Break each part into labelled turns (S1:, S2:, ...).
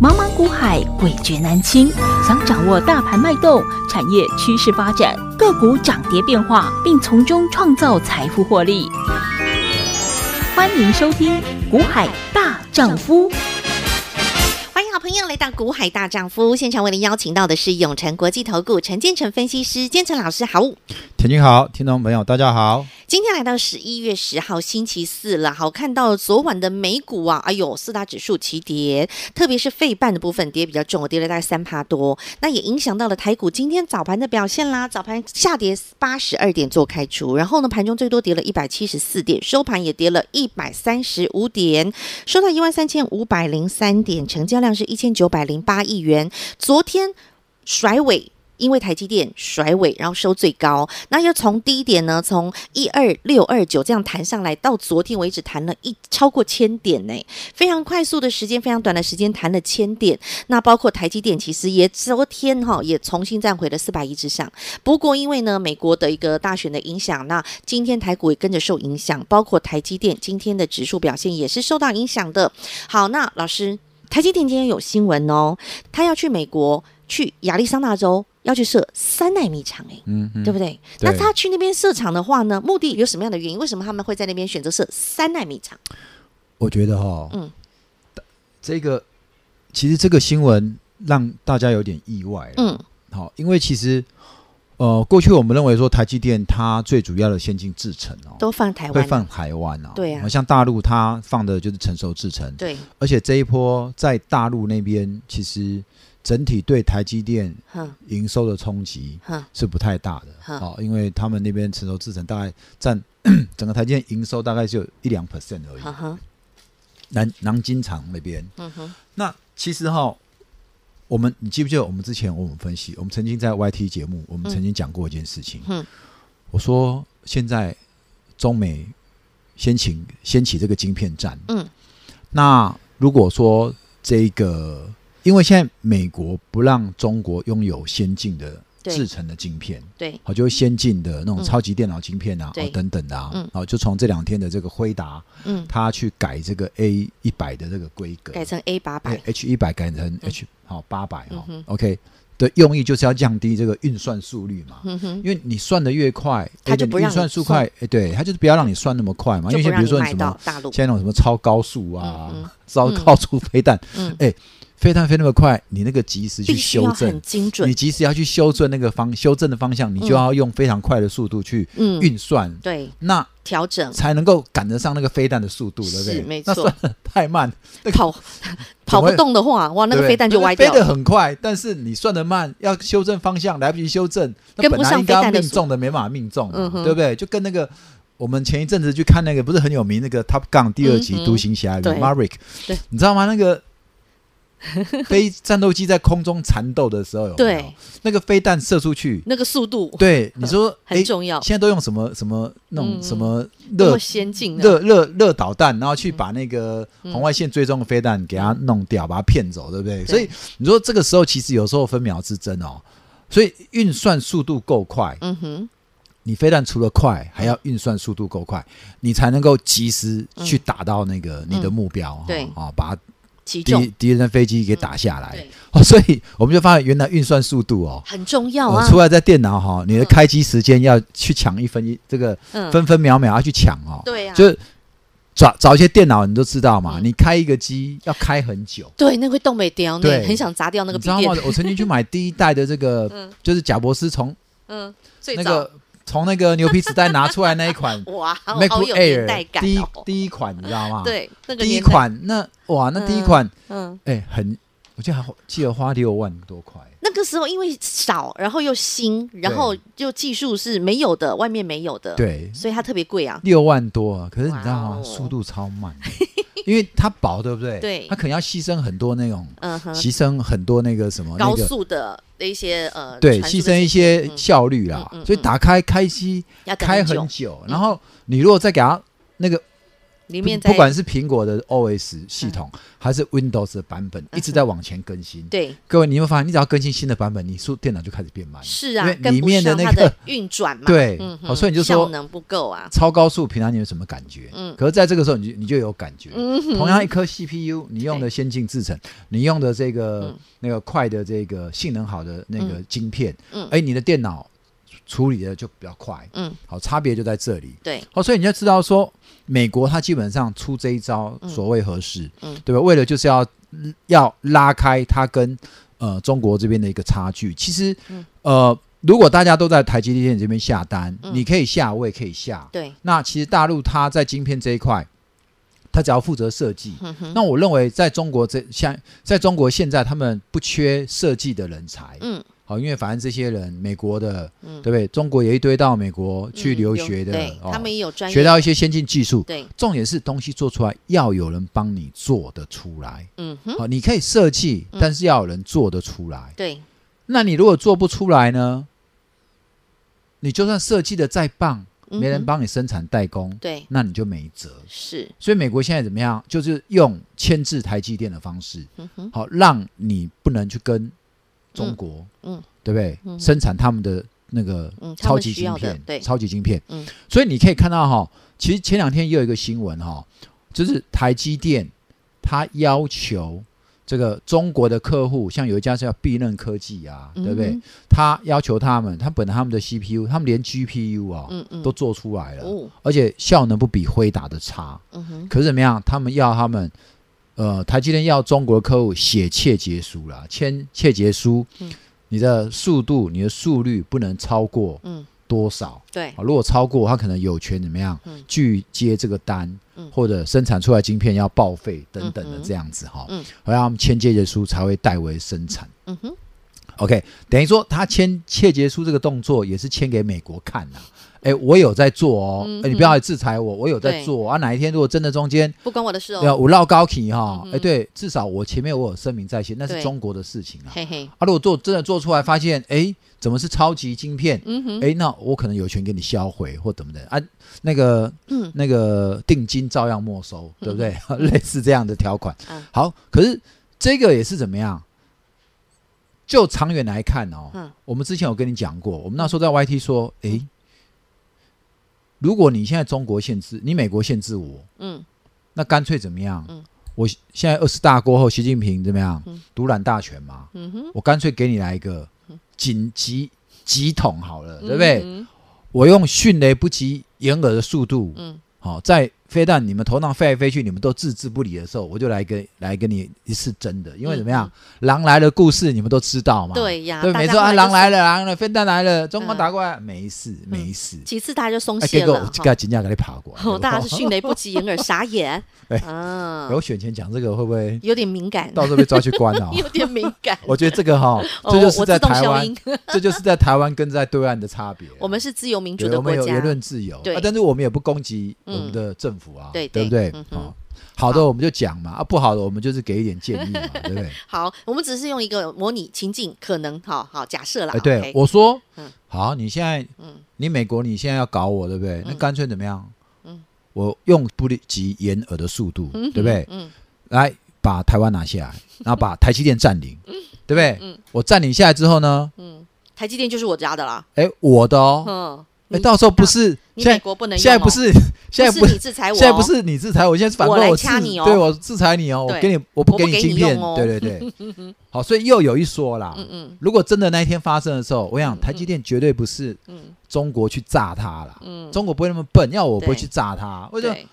S1: 茫茫股海，诡谲难清。想掌握大盘脉动、产业趋势发展、个股涨跌变化，并从中创造财富获利，欢迎收听《股海大丈夫》。
S2: 欢迎好朋友来到《股海大丈夫》现场，为您邀请到的是永诚国际投顾陈建成分析师，建成老师好。
S3: 田君好，听众朋友大家好。
S2: 今天来到十一月十号星期四了，好看到昨晚的美股啊，哎呦，四大指数齐跌，特别是费半的部分跌比较重，跌了大概三趴多，那也影响到了台股今天早盘的表现啦。早盘下跌八十二点做开出，然后呢，盘中最多跌了一百七十四点，收盘也跌了一百三十五点，收到一万三千五百零三点，成交量是一千九百零八亿元。昨天甩尾。因为台积电甩尾，然后收最高，那又从低点呢，从一二六二九这样弹上来，到昨天为止弹了一超过千点呢，非常快速的时间，非常短的时间弹了千点。那包括台积电，其实也昨天哈、也重新站回了四百亿之上。不过因为呢美国的一个大选的影响，那今天台股也跟着受影响，包括台积电今天的指数表现也是受到影响的。好，那老师，台积电今天有新闻哦，他要去美国，去亚利桑那州要去设三纳米厂，哎、
S3: 嗯，嗯
S2: 对不对？那
S3: 对
S2: 他去那边设厂的话呢，目的有什么样的原因？为什么他们会在那边选择设三纳米厂？
S3: 我觉得哈，
S2: 嗯
S3: 嗯，这个其实这个新闻让大家有点意外，嗯，
S2: 嗯，
S3: 好，因为其实呃，过去我们认为说台积电它最主要的先进制程哦，
S2: 都放台
S3: 会
S2: 湾，啊
S3: 放台湾哦，
S2: 对啊
S3: 好像大陆它放的就是成熟制程，
S2: 对，
S3: 而且这一波在大陆那边其实整体对台积电
S2: 哼
S3: 营收的冲击
S2: 哼，
S3: 是不太大的，
S2: 哈
S3: 哦，因为他们那边成熟制程大概占 整个台积电营收大概只有一两 percent 而已。
S2: 哼哼，
S3: 南南京厂那边，
S2: 嗯哼，
S3: 那其实哈，我们你记不记得我们之前我们分析，我们曾经在 YT 节目，我们曾经讲过一件事情，
S2: 嗯
S3: 我说现在中美先请掀起这个晶片战，
S2: 嗯，
S3: 那如果说这个，因为现在美国不让中国拥有先进的
S2: 对
S3: 制成的晶片，
S2: 对，
S3: 好，就会先进的那种
S2: 嗯
S3: 超级电脑晶片啊，
S2: 对
S3: 哦、等等的啊，
S2: 嗯
S3: 哦，就从这两天的这个辉达，
S2: 嗯，
S3: 它去改这个 A 一百的这个规格，哎
S2: 改成 A 八百，
S3: H 一百改成 H 好八百
S2: 嗯
S3: 哈
S2: 哼
S3: ，OK 的用意就是要降低这个运算速率嘛，
S2: 嗯哼，
S3: 因为你算的越快，
S2: 它
S3: 而
S2: 就
S3: 且
S2: 不
S3: 你
S2: 让
S3: 运
S2: 你
S3: 算速快，哎，对，它就是不要让你算那么快嘛，
S2: 就
S3: 因为
S2: 不让
S3: 像比如
S2: 你
S3: 说你
S2: 卖
S3: 什
S2: 到
S3: 么
S2: 大陆，
S3: 现在那种什么超高速啊
S2: 嗯嗯，
S3: 超高速飞弹，哎
S2: 嗯，
S3: 飞弹飞那么快，你那个及时去
S2: 必须
S3: 修
S2: 要很
S3: 正，
S2: 精准
S3: 你，及时要去修正那个方修正的方向，你就要用非常快的速度去
S2: 嗯，
S3: 运算，
S2: 对，
S3: 那
S2: 调整
S3: 才能够赶得上那个飞弹的速度，对不
S2: 是
S3: 对？
S2: 没
S3: 那
S2: 错
S3: 算的太慢，那个
S2: 跑跑不动的话，哇，那
S3: 对
S2: 个
S3: 不对
S2: 飞弹就歪掉
S3: 飞得
S2: 了，
S3: 很快，但是你算得慢，要修正方向来不及修正，那
S2: 跟不
S3: 本来
S2: 上
S3: 应该
S2: 飞
S3: 要
S2: 弹的
S3: 命
S2: 速
S3: 中的没办法命中嘛，
S2: 嗯哼
S3: 对不对？就跟那个我们前一阵子去看那个不是很有名那个 Top Gun 第二集
S2: 嗯
S3: 《
S2: 哼
S3: 独行侠》里
S2: 对
S3: 面 Maverick，
S2: 对
S3: 你知道吗？那个飞战斗机在空中缠斗的时候有没有
S2: 对，
S3: 那个飞弹射出去，
S2: 那个速度
S3: 对你说
S2: 很
S3: 哎，
S2: 重要，
S3: 现在都用什么什么那
S2: 嗯
S3: 种什么
S2: 那
S3: 热
S2: 么先进的，嗯
S3: 热热热导弹，然后去把那个红外线追踪的飞弹给它弄掉，把它骗走，对不对？所以你说这个时候其实有时候分秒之争哦，所以运算速度够快，
S2: 嗯哼，
S3: 你飞弹除了快，还要运算速度够快，你才能够及时去打到那个你的目标，哦
S2: 嗯对
S3: 哦，把
S2: 击
S3: 敌
S2: 中，
S3: 敌人的飞机给打下来
S2: 对。，
S3: 哦，所以我们就发现原来运算速度哦。
S2: 很重要
S3: 哦
S2: 啊，
S3: 出来在电脑哈，你的开机时间要去抢一分一，这个
S2: 嗯，
S3: 分分秒秒要去抢哦。
S2: 对啊，
S3: 就是找找一些电脑，你都知道嘛，
S2: 嗯
S3: 你开一个机要开很久。
S2: 对，那会动北雕呢，
S3: 对
S2: 很想砸掉那个
S3: 你
S2: 笔
S3: 知道
S2: 电
S3: 吗？我曾经去买第一代的这 个，
S2: 嗯
S3: 就是贾博士从
S2: 嗯，最
S3: 那
S2: 早、
S3: 个从那个牛皮纸袋拿出来那一款
S2: 哇， 好
S3: MacBook
S2: 有年代
S3: Air
S2: 感
S3: 第一
S2: 哦。
S3: 第一款，你知道吗？，
S2: 对，那个
S3: 第一
S2: 年代，
S3: 款那哇，那第一款
S2: 嗯，
S3: 哎很，我记得还记得花六万多块，
S2: 那个时候因为少，然后又新，然
S3: 对
S2: 后又技术是没有的，外面没有的，，
S3: 对，
S2: 所以它特别贵啊。
S3: 六万多啊。可是你知道
S2: 哇
S3: 吗
S2: 哦？
S3: 速度超慢，因为它薄，对不对？
S2: 对
S3: 它可能要牺牲很多那种，
S2: 嗯哼，
S3: 牺牲很多那个什么那
S2: 高
S3: 个
S2: 速的的一些呃，
S3: 对，
S2: 传
S3: 牺
S2: 输的
S3: 牲
S2: 信息
S3: 一些效率啦。
S2: 嗯嗯嗯
S3: 所以打开开机
S2: 要等
S3: 开
S2: 久嗯
S3: 很久，然后你如果再给它那个
S2: 里面嗯
S3: 不
S2: 在
S3: 不管是苹果的 OS 系统、还是 Windows 的版本，一直在往前更新。
S2: 嗯对，
S3: 各位，你会发现，你只要更新新的版本，你速电脑就开始变慢了。
S2: 是啊
S3: 因为，
S2: 跟
S3: 里
S2: 不
S3: 面
S2: 上
S3: 那
S2: 它
S3: 个
S2: 的运转嘛，嗯
S3: 对
S2: 哼
S3: 好所以你就说
S2: 效能不够啊，
S3: 超高速，平常你有什么感觉？
S2: 嗯
S3: 可是在这个时候，你就你就有感觉。
S2: 嗯哼
S3: 同样一颗 CPU，你用的先进制程，你用的这个、
S2: 嗯
S3: 那个快的这个性能好的那个晶片，
S2: 嗯
S3: 哎、你的电脑处理的就比较快，
S2: 嗯，
S3: 好，差别就在这里。
S2: 对，
S3: 好，所以你就知道说，美国它基本上出这一招所谓合适，
S2: 嗯嗯
S3: 对吧？为了就是要要拉开它跟呃中国这边的一个差距。其实，
S2: 嗯
S3: 呃，如果大家都在台积电这边下单，
S2: 嗯
S3: 你可以下，我也可以下。
S2: 对，
S3: 那其实大陆它在晶片这一块，它只要负责设计。
S2: 嗯哼，
S3: 那我认为，在中国这像在中国现在，他们不缺设计的人才，
S2: 嗯
S3: 好、因为反正这些人，美国的，
S2: 嗯，
S3: 对不对？中国也一堆到美国去
S2: 嗯
S3: 留
S2: 有
S3: 学的，
S2: 对
S3: 哦
S2: 他们也有专业
S3: 学到一些先进技术。
S2: 对，
S3: 重点是东西做出来要有人帮你做得出来，
S2: 嗯哼，
S3: 好、你可以设计，
S2: 嗯
S3: 但是要有人做得出来。
S2: 对，
S3: 那你如果做不出来呢？你就算设计的再棒，没
S2: 嗯
S3: 人
S2: 哼
S3: 帮你生产代工，
S2: 对，
S3: 那你就没辙。
S2: 是，
S3: 所以美国现在怎么样？就是用牵制台积电的方式，
S2: 嗯哼，
S3: 好让你不能去跟中国，
S2: 嗯嗯
S3: 对不对？
S2: 嗯
S3: 生产他们的那个
S2: 嗯他们
S3: 超级
S2: 需
S3: 晶
S2: 要的
S3: 片，
S2: 对
S3: 超级晶片。
S2: 嗯
S3: 所以你可以看到哈、其实前两天也有一个新闻哈、就是台积电它要求这个中国的客户，像有一家叫必任科技啊，对不对？
S2: 嗯
S3: 它要求他们，它本来他们的 CPU，他们连 GPU 啊、
S2: 嗯嗯，
S3: 都做出来了，
S2: 哦，
S3: 而且效能不比辉达的差。
S2: 嗯哼，
S3: 可是怎么样？他们要他们，呃，台积电要中国客户写切结书啦，签切结书，
S2: 嗯
S3: 你的速度、你的速率不能超过
S2: 嗯，
S3: 多少
S2: 对
S3: 啊？，如果超过，他可能有权怎么样
S2: 嗯
S3: 拒接这个单，
S2: 嗯
S3: 或者生产出来晶片要报废等等的
S2: 嗯哼
S3: 这样子哈，
S2: 嗯
S3: 好让他们签切结书才会代为生产。
S2: 嗯哼，
S3: OK，等于说他签切结书这个动作也是签给美国看呐、哎，我有在做哦，
S2: 嗯
S3: 哎，你
S2: 哼
S3: 不要来制裁我，我有在
S2: 对
S3: 做哦啊。哪一天如果真的中间
S2: 不关我的事
S3: 对啊，
S2: 哦，
S3: 我绕高企哈，
S2: 嗯
S3: 哎、
S2: 哼
S3: 对，至少我前面我有声明在先，那是
S2: 对
S3: 中国的事情啊。
S2: 嘿嘿，
S3: 啊，如果做真的做出来，发现哎、怎么是超级晶片？
S2: 嗯哼，
S3: 哎、那我可能有权给你销毁或怎么的啊？那个、
S2: 嗯
S3: 那个定金照样没收，对不对？ 类似这样的条款。
S2: 嗯
S3: 好，可是这个也是怎么样？就长远来看哦，
S2: 嗯
S3: 我们之前有跟你讲过，我们那时候在 YT 说，哎、如果你现在中国限制，你美国限制我，
S2: 嗯
S3: 那干脆怎么样？
S2: 嗯
S3: 我现在二十大过后，习近平怎么样
S2: 嗯？
S3: 独揽大权嘛，
S2: 嗯哼，
S3: 我干脆给你来一个紧急急统好了，对不对？
S2: 嗯
S3: 我用迅雷不及掩耳的速度，
S2: 嗯
S3: 好、在飞弹你们头上飞来飞去，你们都置之不理的时候，我就来跟来跟你一次真的，因为怎么样，狼来了故事你们都知道嘛，
S2: 嗯对呀，
S3: 对，
S2: 大
S3: 没
S2: 家
S3: 错
S2: 后来
S3: 啊，狼
S2: 就
S3: 来了，狼来了，飞弹来了，中国
S2: 嗯
S3: 打过来，没事没事，
S2: 几次大家就松
S3: 哎，
S2: 懈
S3: 结果
S2: 了
S3: 我
S2: 哈
S3: 给他紧张给你爬过来，
S2: 哦，大家是迅雷不及掩耳傻眼，
S3: 啊 哎
S2: 嗯，
S3: 我选前讲这个会不 会
S2: 有点敏感，
S3: 到时候被抓去关 哦？。
S2: 有点敏感
S3: 我觉得这个哈、
S2: 哦
S3: 这就
S2: 我
S3: 是
S2: 我
S3: 在
S2: 自动
S3: 台
S2: 消
S3: 湾
S2: 音，，
S3: 这就是在台湾跟在对岸的差别。啊
S2: 我们是自由民主
S3: 对
S2: 的
S3: 我
S2: 国
S3: 们有
S2: 家
S3: 言，论自由，
S2: 对
S3: 啊但是我们也不攻击我
S2: 嗯
S3: 们的政府啊，
S2: 对
S3: 不
S2: 对
S3: 对？
S2: 嗯哼
S3: 哦，好的我们就讲嘛，啊，不好的我们就是给一点建议嘛，对不对？
S2: 好，我们只是用一个模拟情境，可能好 好假设啦
S3: 哎，。对
S2: OK，
S3: 我说
S2: 嗯，
S3: 好，你现在
S2: 嗯，
S3: 你美国你现在要搞我，对不对？那干脆怎么样？
S2: 嗯
S3: 我用不及掩耳的速度，对不对？
S2: 嗯
S3: 来把台湾拿下来，然后把台积电占领，对不对？
S2: 嗯
S3: 我占领下来之后呢，
S2: 嗯，台积电就是我家的啦。
S3: 哎，我的哦，
S2: 嗯，
S3: 哎，
S2: 你
S3: 到时候不是
S2: 你
S3: 现
S2: 美
S3: 在
S2: 国不能用哦，
S3: 现在不是现在
S2: 不
S3: 不
S2: 是你
S3: 是
S2: 制裁我哦，
S3: 现在不是你制裁我，现在是反过
S2: 我来
S3: 我制
S2: 掐你哦
S3: 对我制裁你哦，
S2: 对
S3: 我给你我不
S2: 我不
S3: 给
S2: 给
S3: 你
S2: 你
S3: 晶片
S2: 用哦，
S3: 对对对， 好，所以又有一说啦。
S2: 嗯嗯
S3: 如果真的那一天发生的时候，我想
S2: 嗯
S3: 台积电绝对不是
S2: 嗯
S3: 中国去炸它啦，
S2: 嗯，
S3: 中国不会那么笨，要我我不会
S2: 对
S3: 去炸它，为什么
S2: 对，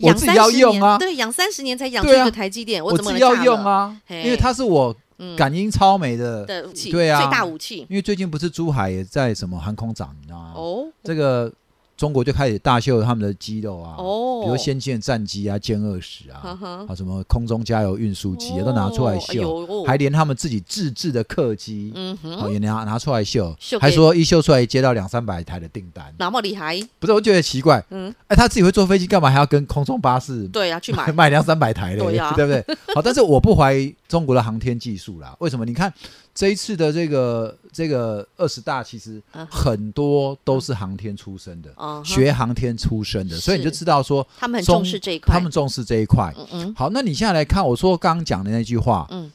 S3: 我
S2: 养
S3: 自己要
S2: 30年
S3: 用啊
S2: 对，养三十年才养出
S3: 对
S2: 一
S3: 啊
S2: 个台积电，
S3: 我
S2: 怎么
S3: 自
S2: 能
S3: 己要
S2: 炸
S3: 用
S2: 呢？
S3: 啊？
S2: 嘿
S3: 因为它是我
S2: 嗯
S3: 感应超美的，
S2: 的武器，
S3: 对啊
S2: 最大武器
S3: 因为最近不是珠海也在什么航空展，你知道吗？
S2: 哦
S3: 这个中国就开始大秀他们的肌肉啊，
S2: 哦，
S3: 比如先进的战机啊，歼二十啊，
S2: 呵呵
S3: 啊，什么空中加油运输机啊，
S2: 哦
S3: 都拿出来
S2: 哎
S3: 秀，
S2: 呦
S3: 还连他们自己自制的客机，
S2: 嗯
S3: 好、
S2: 哼，
S3: 也拿拿出来秀，
S2: 秀给
S3: 还说一秀出来接到两三百台的订单，
S2: 那么厉害，
S3: 不是？我觉得奇怪，
S2: 嗯，
S3: 哎，他自己会坐飞机，干嘛还要跟空中巴士 ，
S2: 对啊，去买
S3: 卖两三百台嘞，
S2: 对啊
S3: 不对？好，但是我不怀疑中国的航天技术啦。为什么？你看这一次的这个这个二十大，其实
S2: 嗯
S3: 很多都是航天出身的，
S2: 哦，
S3: 学航天出身的，
S2: 是
S3: 所以你就知道说
S2: 他们很
S3: 中
S2: 重视这一块，
S3: 他们重视这一块。
S2: 嗯嗯
S3: 好，那你现在来看，我说刚刚讲的那句话，
S2: 嗯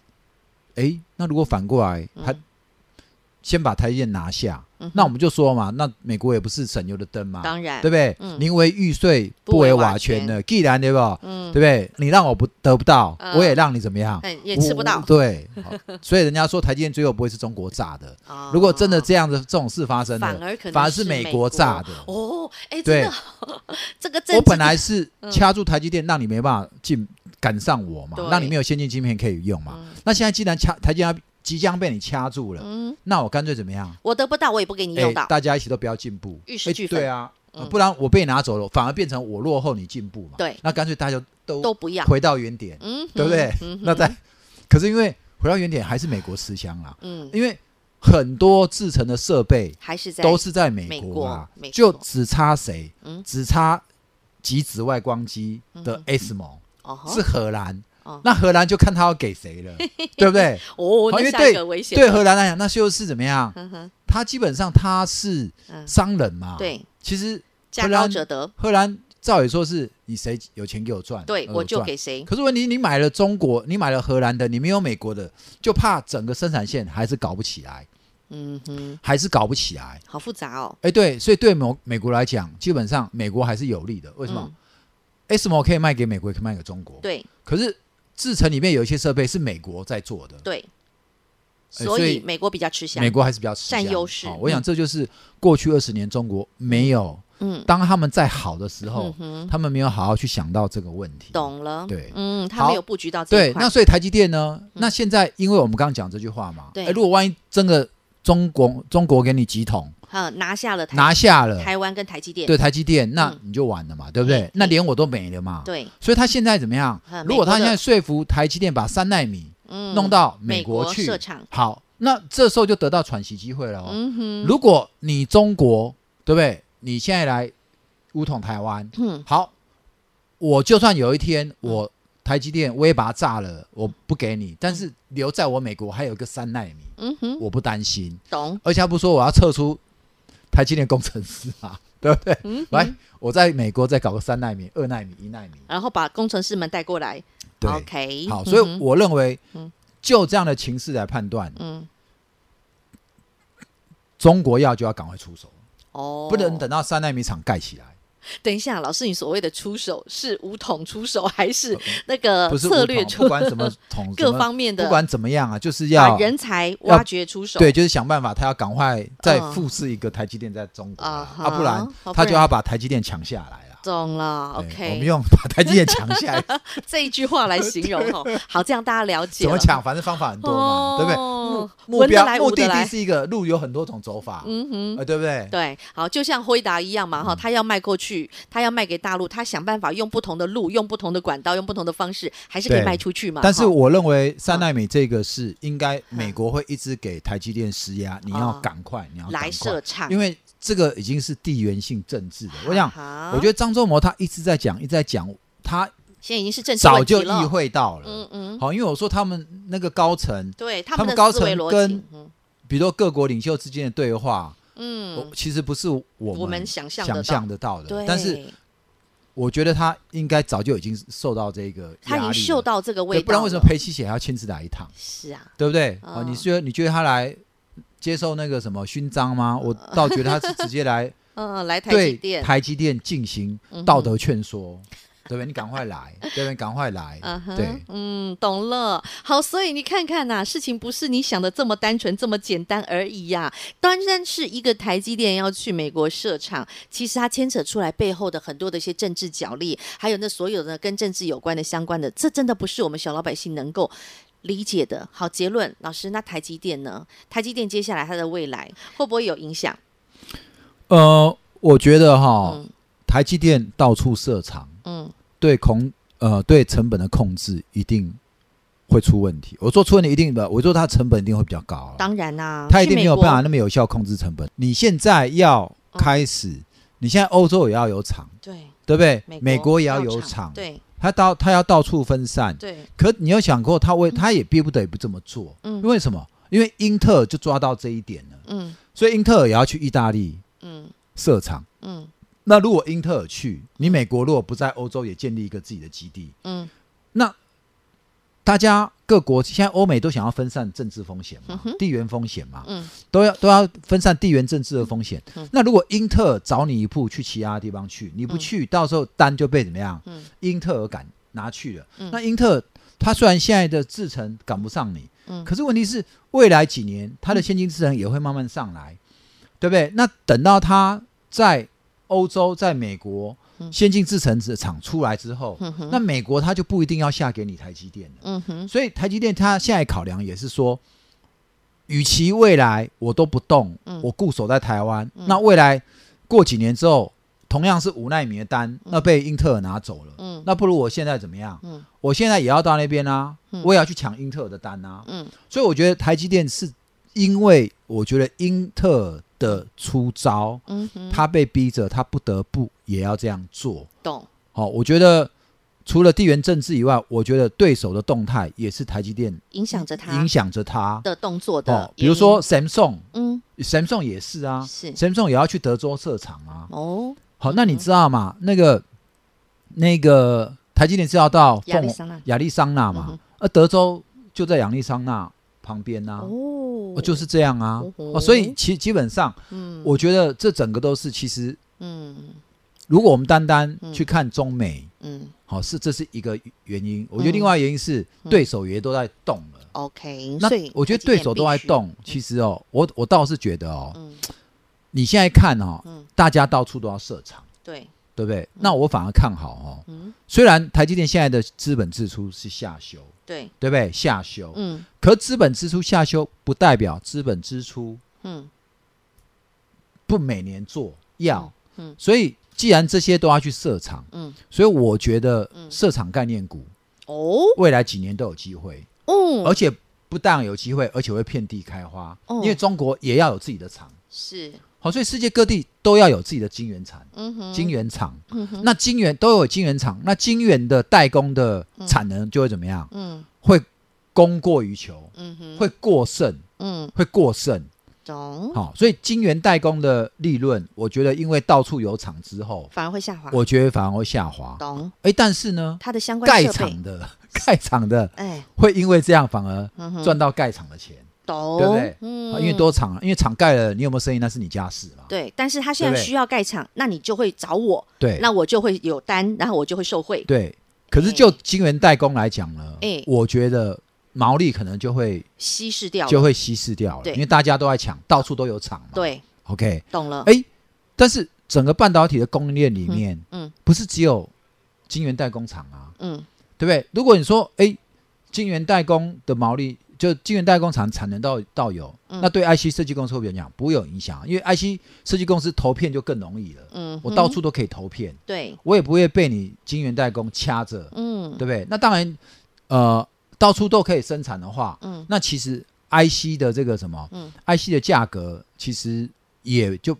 S3: 诶，那如果反过来， 他
S2: 嗯
S3: 先把台积电拿下，
S2: 嗯哼，
S3: 那我们就说嘛，那美国也不是省油的灯嘛，
S2: 当然
S3: 对不对？
S2: 嗯
S3: 宁为玉碎，
S2: 不
S3: 不为
S2: 为
S3: 瓦
S2: 瓦
S3: 全
S2: 全
S3: 呢，既然对吧？对
S2: 嗯
S3: 不对？你让我不得不到，
S2: 嗯
S3: 我也让你怎么样？
S2: 嗯也吃不
S3: 我
S2: 到。
S3: 对， 好所以人家说台积电最后不会是中国炸的。
S2: 哦
S3: 如果真的这样的这种事发生
S2: 反
S3: 了，
S2: 而可能
S3: 反而是
S2: 是
S3: 美国
S2: 国
S3: 炸的
S2: 哦，哎，真
S3: 对
S2: 的， 这个
S3: 我
S2: 政
S3: 本
S2: 治
S3: 来是掐住台积电，让你没办法进赶上我嘛
S2: 嗯对，
S3: 让你没有先进晶片可以用嘛。
S2: 嗯
S3: 那现在既然掐台积电即将被你掐住了，
S2: 嗯，
S3: 那我干脆怎么样？
S2: 我得不到，我也不给你
S3: 哎
S2: 用，到，
S3: 大家一起都不要进步，
S2: 玉石
S3: 哎
S2: 俱焚
S3: 对啊，呃
S2: 嗯
S3: 不然我被拿走了，反而变成我落后你进步嘛。
S2: 对
S3: 那干脆大家都
S2: 都不要，
S3: 回到原点，
S2: 嗯哼，
S3: 对不对
S2: 嗯哼？
S3: 那再，可是因为回到原点还是美国吃香啦，
S2: 嗯，
S3: 因为很多制成的设备
S2: 还是在
S3: 都是在美
S2: 美
S3: 国
S2: 国
S3: 啊
S2: 没，错
S3: 就只差谁
S2: 嗯？
S3: 只差极紫外光机的 ASMO
S2: 哦吼
S3: 是荷兰
S2: 哦，
S3: 那荷兰就看他要给谁 了，对不对？
S2: 哦，
S3: 好
S2: 那
S3: 因为
S2: 下一
S3: 对
S2: 个危险
S3: 对荷兰来讲，那就是怎么样？
S2: 嗯哼，
S3: 他基本上他是啊
S2: 嗯，
S3: 商人嘛，，
S2: 对，
S3: 其实
S2: 价
S3: 荷
S2: 高
S3: 兰
S2: 者得，
S3: 荷兰照理说是你谁有钱给我赚，
S2: 对
S3: 呃
S2: 我就
S3: 赚
S2: 给谁，
S3: 可是问题，你买了中国，你买了荷兰的，你没有美国的，就怕整个生产线还是搞不起来，
S2: 嗯哼，
S3: 还是搞不起来。
S2: 好复杂哦，
S3: 哎，对，所以对美美国来讲，基本上美国还是有利的。为什么
S2: 嗯？
S3: ？ASML 可以卖给美国，也可以卖给中国。
S2: 对
S3: 可是制程里面有一些设备是美国在做的，
S2: 对，
S3: 哎
S2: 所
S3: 所
S2: 以
S3: 以
S2: 美国比较吃香
S3: 美，国还是比较吃香
S2: 占优势
S3: 好我想这就是过去二十年中国没有，
S2: 嗯，
S3: 当他们在好的时候
S2: 嗯，哼，
S3: 他们没有好好去想到这个问题。
S2: 懂了，
S3: 对
S2: 嗯，他
S3: 好
S2: 没有布局到这
S3: 对
S2: 一，块嗯
S3: 那，所以台积电呢？那现在因为我们刚刚讲这句话嘛，
S2: 对
S3: 诶如果万一真的中国中国给你几桶
S2: 嗯，拿下了台
S3: 拿下了，
S2: 台湾跟台积电，
S3: 对台积电，那
S2: 嗯
S3: 你就完了嘛，对不对
S2: 嗯？
S3: 那连我都没了嘛。
S2: 对，
S3: 所以他现在怎么样
S2: 嗯？
S3: 如果他
S2: 美国的
S3: 现在说服台积电把三纳米
S2: 嗯，
S3: 弄到美
S2: 美
S3: 国去
S2: 设，厂，
S3: 好，那这时候就得到喘息机会了哦。
S2: 嗯哼，
S3: 如果你中国，对不对？你现在来武统台湾，
S2: 嗯
S3: 好，我就算有一天我台积电我也把它炸了，我不给你，但是留在我美国还有一个三纳米，
S2: 嗯哼，
S3: 我不担心。
S2: 懂，
S3: 而且他不说我要撤出台积电工程师啊， 对不对？
S2: 嗯，
S3: 来，我在美国再搞个三纳米、二纳米、一纳米，
S2: 然后把工程师们带过来
S3: 对，
S2: ，OK，
S3: 好，
S2: 嗯
S3: 所以
S2: 哼
S3: 我认为
S2: 嗯
S3: 就这样的情势来判断，
S2: 嗯，
S3: 中国要就要赶快出手，
S2: 哦，
S3: 不能等到三纳米厂盖起来。
S2: 等一下，老师，你所谓的出手是武统出手，还是
S3: 呃
S2: 那个
S3: 不是
S2: 策
S3: 武
S2: 略
S3: 统
S2: 出
S3: 不？管 什么统
S2: 各方面
S3: 什么
S2: 的
S3: 不管怎么样啊，就是要
S2: 把人才挖掘出手，
S3: 对，就是想办法，他要赶快再
S2: 嗯
S3: 复制一个台积电在中国啊，
S2: 啊
S3: 啊不然
S2: 哈
S3: 他就
S2: 哦
S3: 要把台积电抢下来了。
S2: 懂了
S3: 对我们
S2: ，OK，
S3: 用把台积电抢下来，
S2: 这一句话来形容 哦。好，这样大家了 解
S3: 怎么
S2: 了
S3: 抢？反正方法很多嘛，对不对？
S2: 哦
S3: 目
S2: 文得
S3: 标
S2: 来
S3: 目
S2: 武得
S3: 的地
S2: 来，
S3: 是一个，路有很多种走法，
S2: 嗯哼。
S3: 呃，对不对？
S2: 对，好，就像辉达一样嘛，哈，
S3: 嗯
S2: 他要卖过去，他要卖给大陆，他想办法用不同的路、用不同的管道、用不同的方式，还是可以
S3: 对
S2: 卖出去嘛。
S3: 但是
S2: 哈
S3: 我认为
S2: 嗯
S3: 三纳米这个是应该美国会一直给台积电施压，你要
S2: 哦
S3: 赶快，你要赶
S2: 来
S3: 快
S2: 设，厂，啊
S3: 因
S2: 为
S3: 为这个已经是地缘性政治的。我想，我觉
S2: 得
S3: 得张忠谋他一直在讲，一直在讲，他
S2: 现在已经是政治
S3: 早
S2: 问题
S3: 就
S2: 了
S3: 意，会到了。
S2: 嗯嗯，
S3: 好，因为我说他们那个高层，
S2: 对，他
S3: 他
S2: 们的
S3: 们高
S2: 思维
S3: 层
S2: 逻
S3: 跟
S2: 辑，嗯
S3: 比如说各国领袖之间的对话，
S2: 嗯
S3: 我，其实不是
S2: 我
S3: 我
S2: 们
S3: 们
S2: 想象得
S3: 想
S2: 到
S3: 象，得到
S2: 对
S3: 的。，但是我觉得他应该早就已经受到这个
S2: 他已
S3: 压
S2: 经
S3: 力
S2: 嗅
S3: 了
S2: 到这个味
S3: 对
S2: 道，
S3: 不然为什么？裴琪姐还要亲自来一趟？
S2: 是啊，
S3: 对不对？
S2: 嗯
S3: 哦，你觉得你觉得他来接受那个什么勋章吗？我倒觉得他是直接来
S2: 嗯，来嗯 台积
S3: 对
S2: 电，
S3: 台积电进行
S2: 嗯哼
S3: 道德劝说，对不对？你赶快来，对不对？你赶快来
S2: 嗯，哼，
S3: 对。
S2: 嗯，懂了。好，所以你看看呐、事情不是你想的这么单纯、这么简单而已呀、单单是一个台积电要去美国设厂，其实它牵扯出来背后的很多的一些政治角力，还有那所有的跟政治有关的相关的，这真的不是我们小老百姓能够。理解的好结论，老师，那台积电呢？台积电接下来它的未来会不会有影响？
S3: 呃，我觉得哈
S2: 嗯，
S3: 台积电到处设厂，
S2: 嗯，
S3: 对控呃对成本的控制一定会出问题。我说出问题一定的，我说它成本一定会比较高啊，
S2: 当然啦、
S3: 它一定
S2: 去美
S3: 没有
S2: 国哦
S3: 办法那么有效控制成本。你现在要开始，你现在欧洲也要有厂，
S2: 对
S3: 对不对
S2: 美国，
S3: 美国也要
S2: 有
S3: 有
S2: 厂
S3: 厂，
S2: 对，
S3: 他到他要到处分散。
S2: 对，
S3: 可你有想过，他为他也逼不得不这么做，
S2: 嗯
S3: 因为什么？因为英特尔就抓到这一点了，
S2: 嗯
S3: 所以英特尔也要去意大利
S2: 嗯
S3: 设厂。
S2: 嗯
S3: 那如果英特尔去，你美国如果不在欧洲也建立一个自己的基地，
S2: 嗯
S3: 那大家各国现在欧美都想要分散政治风险嘛，地缘风险嘛，
S2: 嗯
S3: 都要都要分散地缘政治的风险。
S2: 嗯
S3: 那如果英特尔找你一步去其他地方去，你不去，到时候单就被怎么样？
S2: 嗯
S3: 英特尔赶拿去了。
S2: 嗯
S3: 那英特尔它虽然现在的制程赶不上你，
S2: 嗯
S3: 可是问题是未来几年它的先进制程也会慢慢上来，对不对？那等到它在欧洲、在美国
S2: 嗯
S3: 先进制程的厂出来之后，
S2: 嗯哼
S3: 那美国它就不一定要下给你台积电了。
S2: 嗯哼，
S3: 所以台积电它现在考量也是说，与其未来我都不动，
S2: 嗯
S3: 我固守在台湾，那未来过几年之后，同样是五纳米的单，那被英特尔拿走了，
S2: 嗯
S3: 那不如我现在怎么样？
S2: 嗯
S3: 我现在也要到那边啊，
S2: 嗯
S3: 我也要去抢英特尔的单啊。
S2: 嗯
S3: 所以我觉得台积电是因为我觉得英特尔的出招，
S2: 嗯哼，
S3: 他被逼着，他不得不也要这样做。
S2: 懂，
S3: 好、我觉得除了地缘政治以外，我觉得对手的动态也是台积电
S2: 影响着他
S3: 影响着它。
S2: 的动作的
S3: 哦
S2: 原因，，
S3: 比如说 Samsung，Samsung
S2: 嗯
S3: 也是啊
S2: 是
S3: ，Samsung 也要去德州设厂啊。
S2: 哦，
S3: 好，那你知道吗？那个那个台积电是要到
S2: 亚利
S3: 凤
S2: 桑那
S3: 亚利桑那
S2: 嗯哼
S3: 嘛，而德州就在亚利桑那旁边呐、
S2: 哦
S3: 哦，就是这样啊
S2: 哦。吼
S3: 哦，所以其基本上，
S2: 嗯
S3: 我觉得这整个都是其实，
S2: 嗯
S3: 如果我们单单
S2: 嗯
S3: 去看中美，
S2: 嗯
S3: 好、是这是一个原因。我觉得
S2: 嗯
S3: 另外原因是
S2: 嗯
S3: 对手也都在动了。
S2: ，OK，
S3: 那
S2: 所以
S3: 我觉得
S2: 台积
S3: 对
S2: 电
S3: 手都在
S2: 必须，
S3: 动，其实哦，我我倒是觉得哦，
S2: 嗯
S3: 你现在看哦，
S2: 嗯
S3: 大家到处都要设厂，
S2: 对，
S3: 对不对？那我反而看好哦。
S2: 嗯
S3: 虽然台积电现在的资本支出是下修，
S2: 对，
S3: 对不对？下修，
S2: 嗯
S3: 可资本支出下修不代表资本支出
S2: 嗯
S3: 不每年做要，
S2: 嗯嗯
S3: 所以既然这些都要去设厂，
S2: 嗯
S3: 所以我觉得
S2: 嗯
S3: 设厂概念股
S2: 哦
S3: 未来几年都有机会，而
S2: 哦
S3: 且不但有机会，而且会遍地开花，
S2: 哦
S3: 因为中国也要有自己的厂。
S2: 是，
S3: 好，所以世界各地都要有自己的晶圆厂，
S2: 嗯哼，
S3: 晶圆厂。
S2: 嗯哼，
S3: 那晶圆都有晶圆厂，那晶圆的代工的产能就会怎么样？
S2: 嗯
S3: 会供过于求，
S2: 嗯嗯哼，
S3: 会过剩，
S2: 嗯
S3: 会过剩。
S2: 懂，
S3: 好、所以晶圆代工的利润，我觉得因为到处有厂之后，
S2: 反而会下滑，
S3: 我觉得反而会下滑。
S2: 懂
S3: 哎，但是呢，
S2: 它的相关
S3: 盖
S2: 设备
S3: 厂，的 盖厂的
S2: 哎，
S3: 会因为这样反而
S2: 嗯哼，
S3: 赚到盖厂的钱，
S2: 懂，
S3: 对不对
S2: 嗯
S3: 啊因为多厂啊，因为厂盖了，你有没有生意那是你家事嘛。
S2: 对，但是他现
S3: 对不
S2: 在
S3: 对
S2: 需要盖厂，那你就会找我，
S3: 对，
S2: 那我就会有单，然后我就会受惠。
S3: 对，可是
S2: 哎
S3: 就晶圆代工来讲呢，
S2: 哎
S3: 我觉得毛利可能就会
S2: 稀释掉了，
S3: 就会稀释掉了，
S2: 对
S3: 因为大家都在抢，到处都有厂嘛。
S2: 对，
S3: ，OK，
S2: 懂了。
S3: 哎，但是整个半导体的供应链里面，
S2: 嗯
S3: 不是只有晶圆代工厂啊，
S2: 嗯
S3: 对不对？如果你说，哎，晶圆代工的毛利。就晶圆代工厂产能到到有，
S2: 嗯
S3: 那对 IC 设计公司会不会有影响？不会有影响，因为 IC 设计公司投片就更容易了，
S2: 嗯，
S3: 我到
S2: 哼
S3: 处都可以投片，
S2: 对，
S3: 我也不会被你晶圆代工掐着，
S2: 嗯
S3: 对不对？那当然，呃，到处都可以生产的话，
S2: 嗯
S3: 那其实 IC 的这个什么，
S2: 嗯
S3: i c 的价格其实也就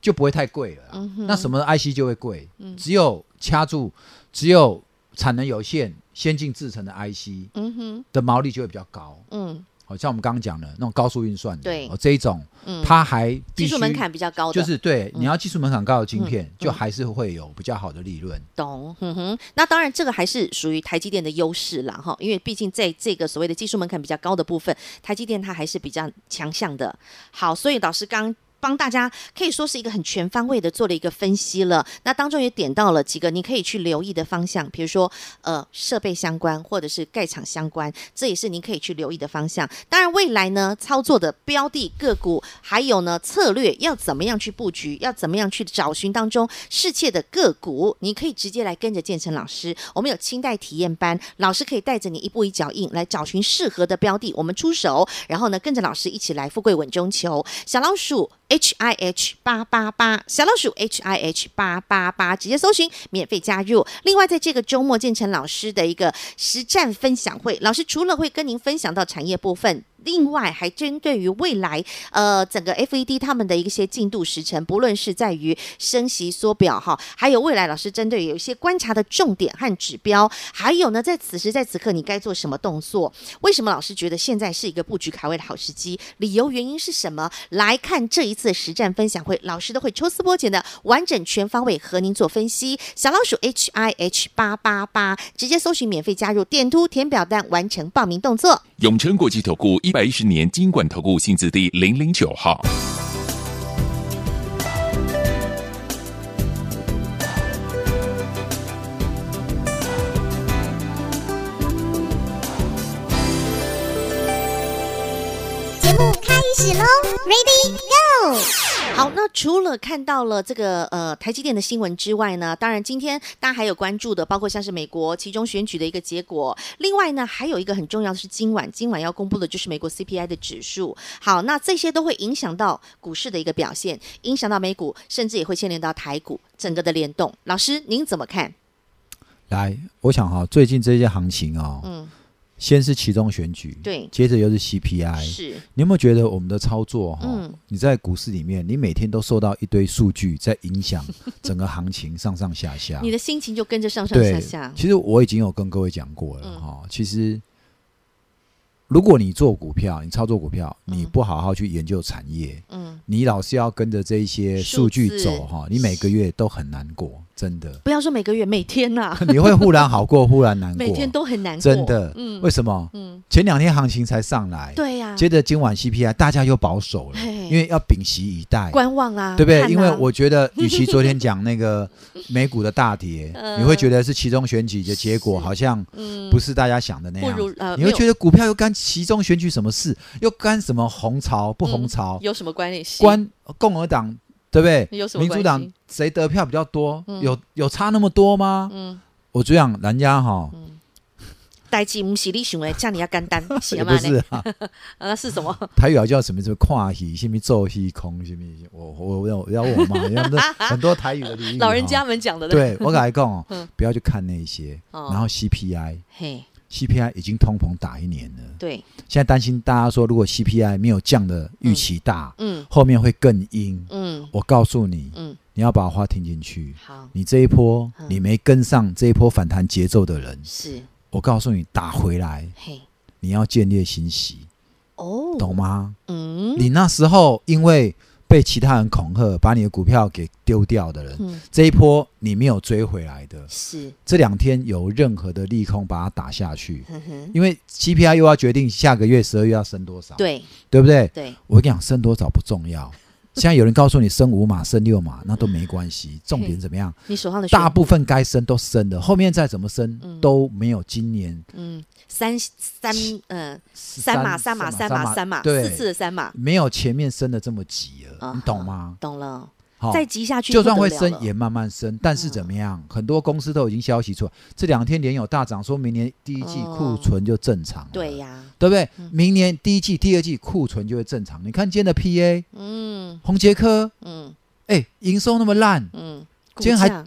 S3: 就不会太贵了啦。
S2: 嗯哼
S3: 那什么 IC 就会贵，
S2: 嗯
S3: 只有掐住，只有产能有限，先进制成的 IC
S2: 嗯哼
S3: 的毛利就会比较高。
S2: 嗯
S3: 好、像我们刚刚讲的那种高速运算的，
S2: 对
S3: 哦、这一种，
S2: 嗯，
S3: 它还必
S2: 技术
S3: 须
S2: 门槛比较高的，
S3: 就是对，你要技术门槛高的晶片，
S2: 嗯
S3: 就还是会有比较好的利润。
S2: 懂，哼哼。那当然，这个还是属于台积电的优势啦，哈，因为毕竟在这个所谓的技术门槛比较高的部分，台积电它还是比较强项的。好，所以老师刚。帮大家可以说是一个很全方位的做了一个分析了，那当中也点到了几个你可以去留意的方向，比如说呃设备相关或者是盖厂相关，这也是您可以去留意的方向。当然未来呢操作的标的个股，还有呢策略要怎么样去布局，要怎么样去找寻当中适切的个股，你可以直接来跟着建成老师。我们有清代体验班，老师可以带着你一步一脚印来找寻适合的标的，我们出手，然后呢跟着老师一起来富贵稳中求。小老鼠 H I H 八八八，小老鼠 H I H 八八八，直接搜寻免费加入。另外，在这个周末建成老师的一个实战分享会，老师除了会跟您分享到产业部分。另外还针对于未来呃整个 FED 他们的一些进度时程，不论是在于升息缩表哈，还有未来老师针对有一些观察的重点和指标，还有呢在此时在此刻你该做什么动作？为什么老师觉得现在是一个布局卡位的好时机？理由原因是什么？来看这一次的实战分享会，老师都会抽丝剥茧的完整全方位和您做分析。小老鼠 H I H 八八八，直接搜寻免费加入，点图填表单完成报名动作。
S4: 永诚国际投顾一百一十年金管投顾新字第零零九号。
S5: 节目开始喽，Ready Go！
S2: 好，那除了看到了这个呃台积电的新闻之外呢，当然今天大家还有关注的，包括像是美国其中选举的一个结果，另外呢还有一个很重要的是今晚今晚要公布的就是美国 CPI 的指数。好，那这些都会影响到股市的一个表现，影响到美股，甚至也会牵连到台股整个的联动。老师您怎么看？
S3: 来，我想哈、最近这些行情哦，
S2: 嗯，
S3: 先是其中选举，
S2: 对
S3: 接着又是 CPI。
S2: 是
S3: 你有没有觉得我们的操作哈、
S2: 嗯
S3: 你在股市里面，你每天都受到一堆数据在影响 整个行情上上下下。
S2: 你的心情就跟着上上
S3: 对，
S2: 下下，嗯
S3: 其实我已经有跟各位讲过了哈、其实如果你做股票，你操作股票，
S2: 嗯
S3: 你不好好去研究产业，
S2: 嗯。
S3: 你老是要跟着这一些数据
S2: 数字。
S3: 走哈、你每个月都很难过，真的
S2: 不要说每个月，每天呐、
S3: 你会忽然好过，忽然难过，
S2: 每天都很难过，
S3: 真的。
S2: 嗯
S3: 为什么？
S2: 嗯，
S3: 前两天行情才上来，
S2: 对呀、
S3: 接着今晚 CPI 大家又保守了，
S2: 嘿
S3: 因为要屏息以待。
S2: 观望啊，
S3: 对不对？
S2: 看啊
S3: 因为我觉得，与其昨天讲 那个美股的大跌，
S2: 呃
S3: 你会觉得是其中选举的结果，好像
S2: 嗯
S3: 不是大家想的那样
S2: 不如呃。没
S3: 你会
S2: 有
S3: 觉得股票又干其中选举什么事，又干什么红潮不红潮？
S2: 嗯有什么关联性？
S3: 关共和党对不对？
S2: 有什么
S3: 民主
S2: 关
S3: 党
S2: 系
S3: 谁得票比较多？
S2: 嗯
S3: 有有差那么多吗？
S2: 嗯，
S3: 我这样，人家哈
S2: 代志不是你想的，这样你要简单，
S3: 也
S2: 行
S3: 不
S2: 吗？
S3: 是嗯
S2: 呢，
S3: 啊，
S2: 啊，那是 什么？
S3: 台语好像叫什么什么跨戏，什么做戏空，什么我我我我要问我妈，因为他们 很多台语的俚语哈。
S2: 老人家们讲的呢？
S3: 对我改讲
S2: 嗯
S3: 哦，不要去看那些，
S2: 哦
S3: 然后 CPI。
S2: 嘿，
S3: CPI 已经通膨打一年了，
S2: 对，
S3: 现在担心大家说，如果 CPI 没有降的预期大，
S2: 嗯
S3: 后面会更阴。
S2: 嗯
S3: 我告诉你，
S2: 嗯，
S3: 你要把话听进去。
S2: 好，
S3: 你这一波
S2: 嗯，
S3: 你没跟上这一波反弹节奏的人，
S2: 是
S3: 我告诉你，打回来，
S2: 嘿，
S3: 你要建立信息，
S2: 哦，
S3: 懂吗？
S2: 嗯
S3: 你那时候因为被其他人恐吓，把你的股票给丢掉的人，
S2: 嗯，
S3: 这一波你没有追回来的，
S2: 是，
S3: 这两天有任何的利空把它打下去，
S2: 哼嗯哼，
S3: 因为 CPI 又要决定下个月十二月要升多少，
S2: 对
S3: 对不对？
S2: 对，
S3: 我跟你讲，升多少不 重要。现在有人告诉你升五码、升六码，那都没关 系。重点怎么样？
S2: 你手上的
S3: 大
S2: 选
S3: 部分该升都升了，后面再怎么升、
S2: 嗯
S3: 都没有今年
S2: 嗯三三嗯
S3: 十
S2: 三码三码三码三码
S3: 对
S2: 四次的三码，
S3: 没有前面升的这么急了，
S2: 啊
S3: 你懂吗？
S2: 懂了，
S3: 好
S2: 再急下去
S3: 哦就算
S2: 不
S3: 会
S2: 得了嗯
S3: 升
S2: 了
S3: 也慢慢升，但是怎么样？很多公司都已经消息出来，这两天连有大涨，说明年第一季
S2: 哦
S3: 库存就正常了。
S2: 对呀，嗯
S3: 对不对？明年第一季、第二季库存就会正常。你看今天的 PA
S2: 嗯
S3: 红杰科，
S2: 嗯
S3: 哎，营收那么烂，
S2: 嗯，股
S3: 今天还
S2: 价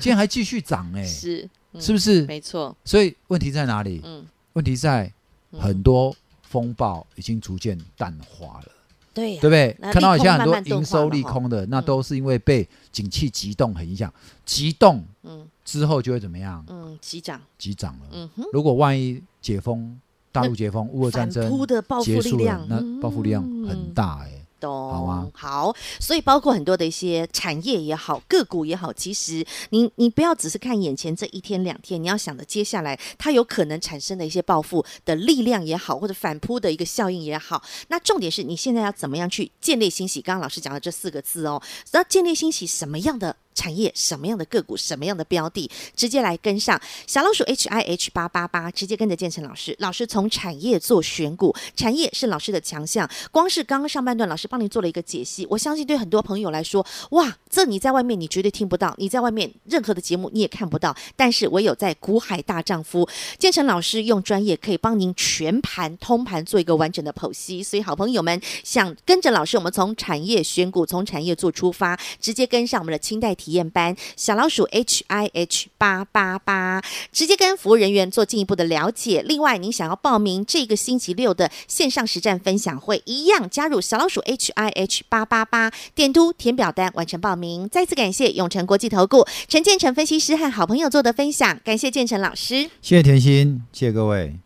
S3: 今天还继续涨、哎，
S2: 是嗯
S3: 是不是？
S2: 没错，
S3: 所以问题在哪里？
S2: 嗯，
S3: 问题在
S2: 嗯
S3: 很多风暴已经逐渐淡化了，
S2: 对呀
S3: 对不对？
S2: 那
S3: 看到
S2: 利
S3: 现
S2: 空
S3: 在很多
S2: 慢慢钝
S3: 营
S2: 化了
S3: 收利空的，那都是因为被景气急动很影响，急动
S2: 嗯
S3: 之后就会怎么样？
S2: 嗯，急涨，
S3: 急涨了。
S2: 嗯哼，
S3: 如果万一解封，大陆解封，乌俄战
S2: 嗯反
S3: 争
S2: 扑的报复
S3: 结
S2: 力
S3: 束了
S2: 量，，
S3: 那报复力量
S2: 嗯
S3: 很大、哎。
S2: 懂
S3: 好吗
S2: 好所以包括很多的一些产业也好，个股也好，其实你你不要只是看眼前这一天两天，你要想的接下来它有可能产生的一些报复的力量也好，或者反扑的一个效应也好。那重点是你现在要怎么样去建立欣喜？刚刚老师讲的这四个字哦，要建立欣喜什么样的？产业什么样的个股，什么样的标的，直接来跟上小老鼠 H I H 八八八，直接跟着建成老师。老师从产业做选股，产业是老师的强项。光是刚刚上半段，老师帮你做了一个解析，我相信对很多朋友来说，哇，这你在外面你绝对听不到，你在外面任何的节目你也看不到。但是唯有在股海大丈夫，建成老师用专业可以帮您全盘通盘做一个完整的剖析。所以好朋友们想跟着老师，我们从产业选股，从产业做出发，直接跟上我们的清代体。体验班，小老鼠 H I H 八八八，直接跟服务人员做进一步的了解。另外，您想要报名这个星期六的线上实战分享会，一样加入小老鼠 H I H 八八八，点图填表单完成报名。再次感谢永诚国际投顾陈建成分析师和好朋友做的分享，感谢建成老师。
S3: 谢谢甜心，谢谢各位。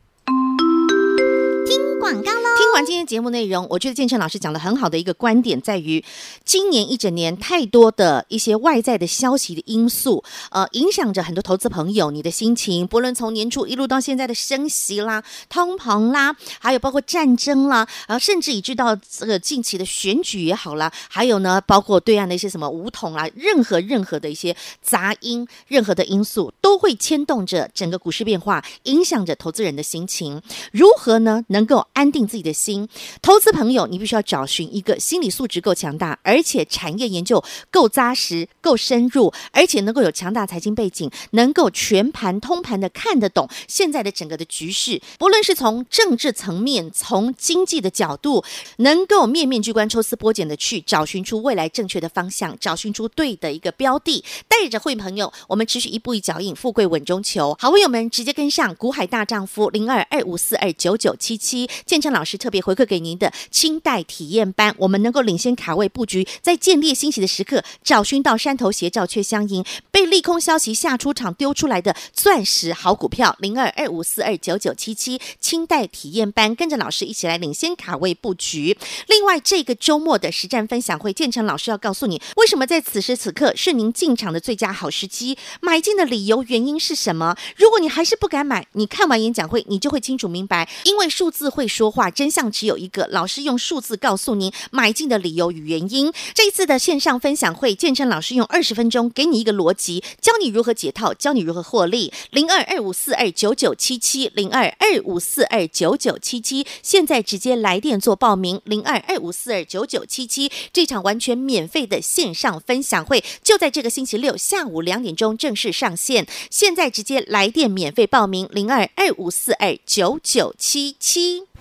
S5: 广告喽。
S2: 听完今天节目内容，我觉得建成老师讲的很好的一个观点在于，今年一整年太多的一些外在的消息的因素，呃，影响着很多投资朋友你的心情。不论从年初一路到现在的升息啦、通膨啦，还有包括战争啦，啊，甚至以至到这个近期的选举也好啦，还有呢，包括对岸的一些什么武统啦，任何任何的一些杂音，任何的因素都会牵动着整个股市变化，影响着投资人的心情。如何呢？能够安定自己的心？投资朋友，你必须要找寻一个心理素质够强大，而且产业研究够扎实、够深入，而且能够有强大财经背景，能够全盘通盘的看得懂现在的整个的局势。不论是从政治层面，从经济的角度，能够面面俱观、抽丝剥茧的去找寻出未来正确的方向，找寻出对的一个标的。带着会员朋友，我们持续一步一脚印，富贵稳中求。好朋友们，直接跟上股海大丈夫零二二五四二九九七七，建成老师特别回馈给您的清代体验班，我们能够领先卡位布局，在建立欣喜的时刻，找寻到山头斜照却相迎，被利空消息吓出场丢出来的钻石好股票零二二五四二九九七七清代体验班，跟着老师一起来领先卡位布局。另外，这个周末的实战分享会，建成老师要告诉你，为什么在此时此刻是您进场的最佳好时机，买进的理由原因是什么？如果你还是不敢买，你看完演讲会，你就会清楚明白，因为数字会说话，真相只有一个。老师用数字告诉您买进的理由与原因。这一次的线上分享会，建成老师用二十分钟给你一个逻辑，教你如何解套，教你如何获利。零二二五四二九九七七，零二二五四二九九七七，现在直接来电做报名，零二二五四二九九七七。这场完全免费的线上分享会，就在这个星期六下午两点钟正式上线。现在直接来电免费报名，零二二五四二九九七七。